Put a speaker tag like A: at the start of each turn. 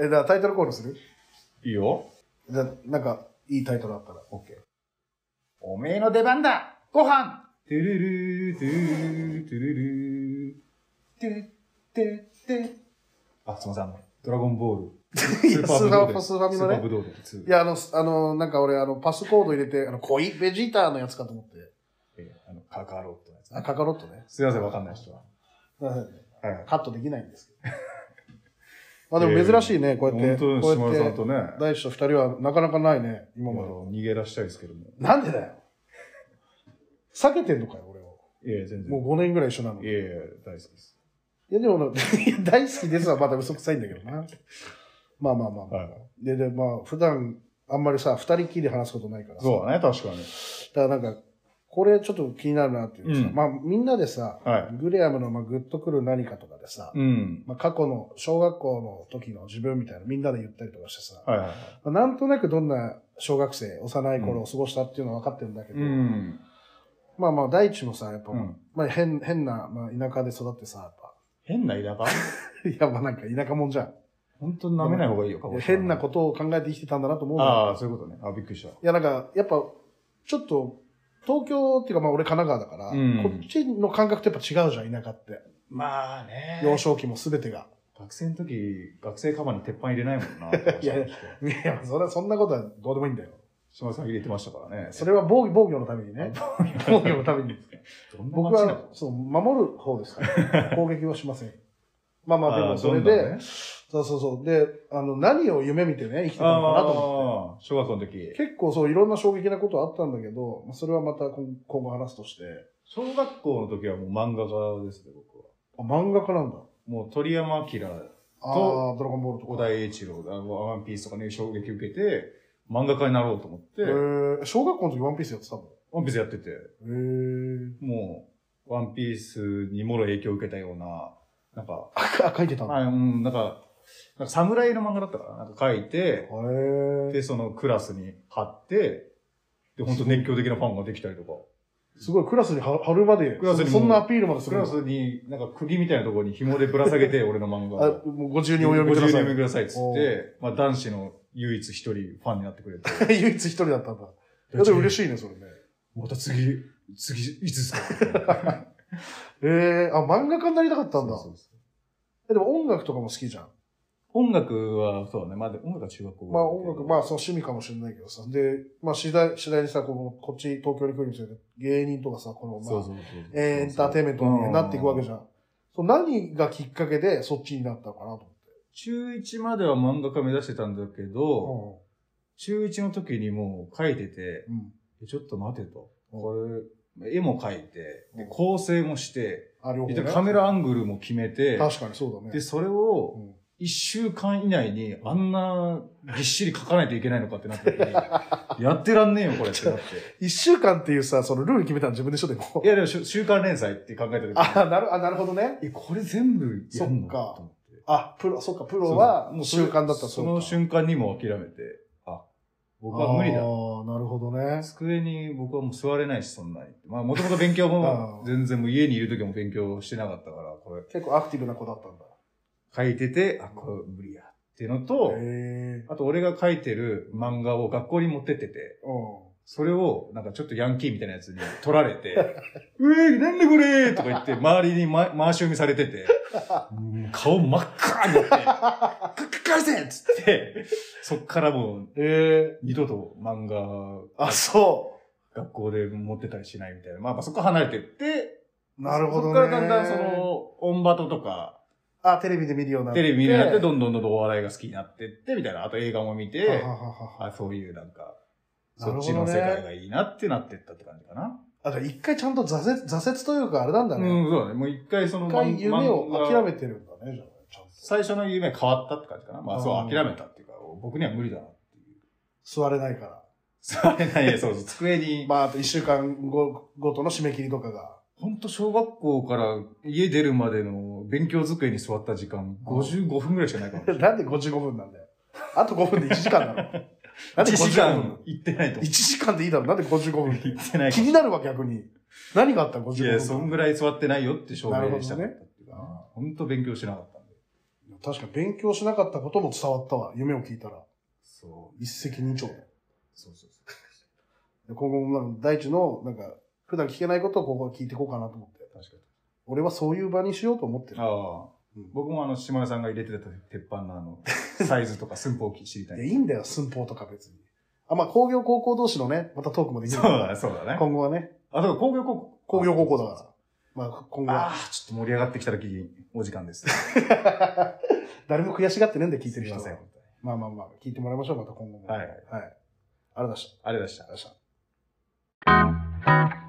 A: え、じゃあタイトルコールする
B: いいよ。
A: じゃあ、なんか、いいタイトルあったら。
B: OK。おめえの出番だご飯トゥルルー、トゥルルー、トゥルルー、トゥルットゥルットゥルッあ、すいません、あの、ドラゴンボール。
A: いやスーパー
B: ス
A: ス
B: ー
A: ーパー
B: パーブ
A: ミのね
B: ドウで。スーパーブドウで。ツー
A: いや、あの、あの、なんか俺、あの、パスコード入れて、あの、濃いベジーターのやつかと思って。
B: えーあの、カカロットのやつね
A: あ、カカロットね。
B: すいません、わかんない人は。はいはい。
A: カットできないんですけど。 まあでも珍しいね、こうやって。こ
B: 本当
A: う
B: に島
A: や
B: 田さ
A: っ
B: ん
A: て
B: とね、
A: 大地と二人はなかなかないね、今
B: 今
A: ま
B: まで
A: で。
B: 逃げ出したいですけども。
A: なんでだよ。避けてんのかよ、俺を。
B: いやいや、全然。
A: もう5年ぐらい一緒なの
B: い
A: に。い
B: やいや、大好きです。
A: や、でも な、いや大好きですはまた嘘くさいんだけどな。まあまあまあまあ。
B: はい。
A: で、で、まあ、普段、あんまりさ、二人きりで話すことないからさ。
B: そうだね、確かに。
A: だからなんか、これちょっと気になるなっていうさ、
B: うん
A: まあみんなでさ、
B: は
A: グレアムのまあグッとくる何かとかでさ、
B: い。うん。
A: まあ過去の小学校の時の自分みたいなみんなで言ったりとかしてさ、
B: はいはいはい。
A: まあなんとなくどんな小学生、幼い頃を過ごしたっていうのは分かってるんだけど、
B: うん。
A: まあまあ大地もさ、やっぱ、
B: うん
A: まあ変、変な、まあ田舎で育ってさ、やっぱ、
B: 変な田舎
A: いやまあなんか田舎もんじゃん。
B: 本当に舐めない方がいいよ、鹿児島
A: 変なことを考えて生きてたんだなと思うのよ
B: ああ、そういうことね。あ、びっくりし
A: いやなんか、やっぱ、ちょっと、東京っていうかまあ俺神奈川だから、
B: うん
A: こっちの感覚とやっぱ違うじゃん、田舎って。
B: まあね
A: 幼少期も全てが。
B: 学生の時、学生カバンに鉄板入れないもん な。
A: いやいやいや、それはそんなことはどうでもいいんだよ。
B: 島田さん入れてましたからね。
A: それは防御防御のためにね。防御のために。
B: どんな
A: 僕
B: 街なの
A: は、そう、守る方です から。攻撃はしません。まあまあ、で
B: あ
A: も
B: ー
A: それ
B: どん
A: で、
B: どんね
A: そうそうそう。で、あの、何を夢見てね、生きてたのかなと思って。
B: ああ、小学校の時。
A: 結構そう、いろんな衝撃なことあったんだけど、まあそれはまた今今後話すとして、
B: 小学校の時はもう漫画家ですね、僕は。
A: あ、漫画家なんだ。
B: もう鳥山明、
A: ああ、ドラゴンボールとか。
B: 小田栄一郎、あのワンピースとかね、衝撃受けて、漫画家になろうと思って
A: へ、ー小学校の時ワンピースやってたもん。
B: ワンピースやってて、
A: へえ。
B: もう、ワンピースにもろ影響を受けたような、なんか、
A: あ、書いてたんだ。へ
B: あうん、なんか、なんか侍の漫画だったから、なんか書いて、
A: え。
B: で、そのクラスに貼って、で、本当熱狂的なファンができたりとか、
A: すごい、クラスに貼貼るまで、
B: クラスにも
A: そんなアピールまです
B: ク
A: るん
B: ラ
A: だ
B: スになんか釘みたいなところに紐でぶら下 げて、俺の漫画
A: あ
B: を。、
A: もうご自由にお読みくだ
B: ご自
A: さ
B: 由にお読み
A: い。
B: くださいっつって、まあ男子の唯一一人ファンになってくれて。
A: 唯一一人だったんだ。いや、でも嬉
B: しい。
A: しいね、それね。
B: また次、次、いつ ですか
A: ええあ、漫画家になりたかったんだ。
B: そうそうそう
A: えでも音楽とかも好きじゃん。
B: 音楽は、そうだね。まあ、で音楽は中学校。
A: まあ音楽、まあその趣味かもしれないけどさ。で、まあ次第、次第にさ、このこっち東京に来るにつれて、芸人とかさ、この、まあ、
B: そうそうそう
A: えーエンターテインメントになっていくわけじ
B: ゃん。
A: ゃん。そう何がきっかけでそっちになったのかなと
B: 中1までは漫画家目指してたんだけど、
A: 思って。
B: 中1の時にもう書いてて、
A: うん。うん。
B: えちょっと待てと。
A: うん
B: これ、絵も描いて、で
A: うん
B: 構成もして、
A: あ、両方、
B: で
A: ね。
B: カメラアングルも決めて、
A: 確かにそうだね。
B: で、それ
A: う
B: を
A: ん、
B: 1週間以内にあんなぎっしり描かないといけないのかってなった時に、 やってらんねえよ、これってなって。
A: 一週間っていうさ、そのルール決めたの自分でしょ、でも。
B: いや、でも週、週刊連載って考えた時に、
A: あ、なる、あ、なるほどね。
B: え、これ全部やん
A: そっ
B: の
A: か
B: と思って。
A: あ、プロ、そっか、プロは、もう習慣だった
B: その瞬間にも諦めて、あ、僕は無理だ
A: あ。ーなるほどね。
B: 机に僕はもう座れないし、そんなに。まあ、もともと勉強も
A: あー
B: 全然もう家にいる時も勉強してなかったから、これ
A: 結構アクティブな子だったんだ。
B: 書いてて、あ、これ無理やっていうのと、
A: へえ。
B: あと俺が書いてる漫画を学校に持ってってて、
A: う。
B: それをなんかちょっとヤンキーみたいなやつに取られて、 うえー、なんでこれとか言って、周りに、ま、回し読みされてて、うん顔真っ赤になって、か返せっつって、そっからもうん
A: へえ。
B: 二度と漫画
A: あ、そ
B: 学校で持ってたりしないみたいな。まあ、まあそこ離れてって、
A: う。なるほどね。
B: そこからだんだんその、オンバトとか、
A: あ、テレビで見るようにな
B: テレビ見るようになって、
A: ん
B: どんどんどんどんお笑いが好きになってって、みたいな。あと映画も見て、あそういうなんか、
A: なる
B: そ
A: ほど
B: っ
A: ね
B: ちの世界がいいなってなってったって感じかな。
A: あ、じゃあ一回ちゃんと挫折、挫折というかあれなんだね。
B: うん、そうだね。もう一回その、
A: 一回夢を
B: 漫
A: 諦
B: 画
A: めてるんだね、じゃあ。ちゃんと。
B: 最初の夢変わったって感じかな。まあ、そう
A: う、ん
B: 諦めたっていうか、僕には無理だなっていう。
A: 座れないから。
B: 座れない、そうそう、机に。
A: まあ、あと一週間ごごとの締め切りとかが。
B: ほんと小学校から家出るまでの勉強机に座った時間55分ぐらいしかないかもしれ ない。
A: なんで55分なんだよ。あと5分で1時間なの。なんで
B: 1
A: 55
B: 時間
A: 分
B: 行ってない
A: ?1
B: と思
A: 時間でいいだろ。なんで55
B: う。
A: 分って
B: 行ってないか
A: 気
B: も
A: になるわ、逆に。何があったの
B: いや、
A: 55
B: そん
A: 分。
B: ぐらい座ってないよって証明したかったっていうか
A: なるほど
B: な。ほんと勉強しなかったんで。
A: 確か勉強しなかったことも伝わったわ。夢を聞いたら。
B: そう。
A: 一石二鳥で。
B: そうそうそ
A: 今後もなんか大地の、なんか、普段聞けないことをここは聞いていこうかなと思って。
B: う。確かに。
A: 俺はそういう場にしようと思ってる。
B: ああ。
A: うん
B: 僕もあの、島根さんが入れてた鉄板の あの、サイズとか寸法を知りた
A: いや、い
B: い。
A: いんだよ、寸法とか別に。あ、まあ、工業高校同士のね、またトークもできる
B: そう
A: から
B: だね、そうだね。
A: 今後はね、
B: あ、と工業高校。
A: 工業高校だから。まあ、今後
B: あ
A: は。
B: あ、ちょっと盛り上がってきた時にお時間です。
A: 誰も悔しがってねえんで聞いてる人は
B: すいません、本当に。
A: まあまあまあ、聞いてもらいましょう、また今後も。
B: はい
A: はい。ありがとうございました。
B: ありがとうございました。
A: ありがとうございました。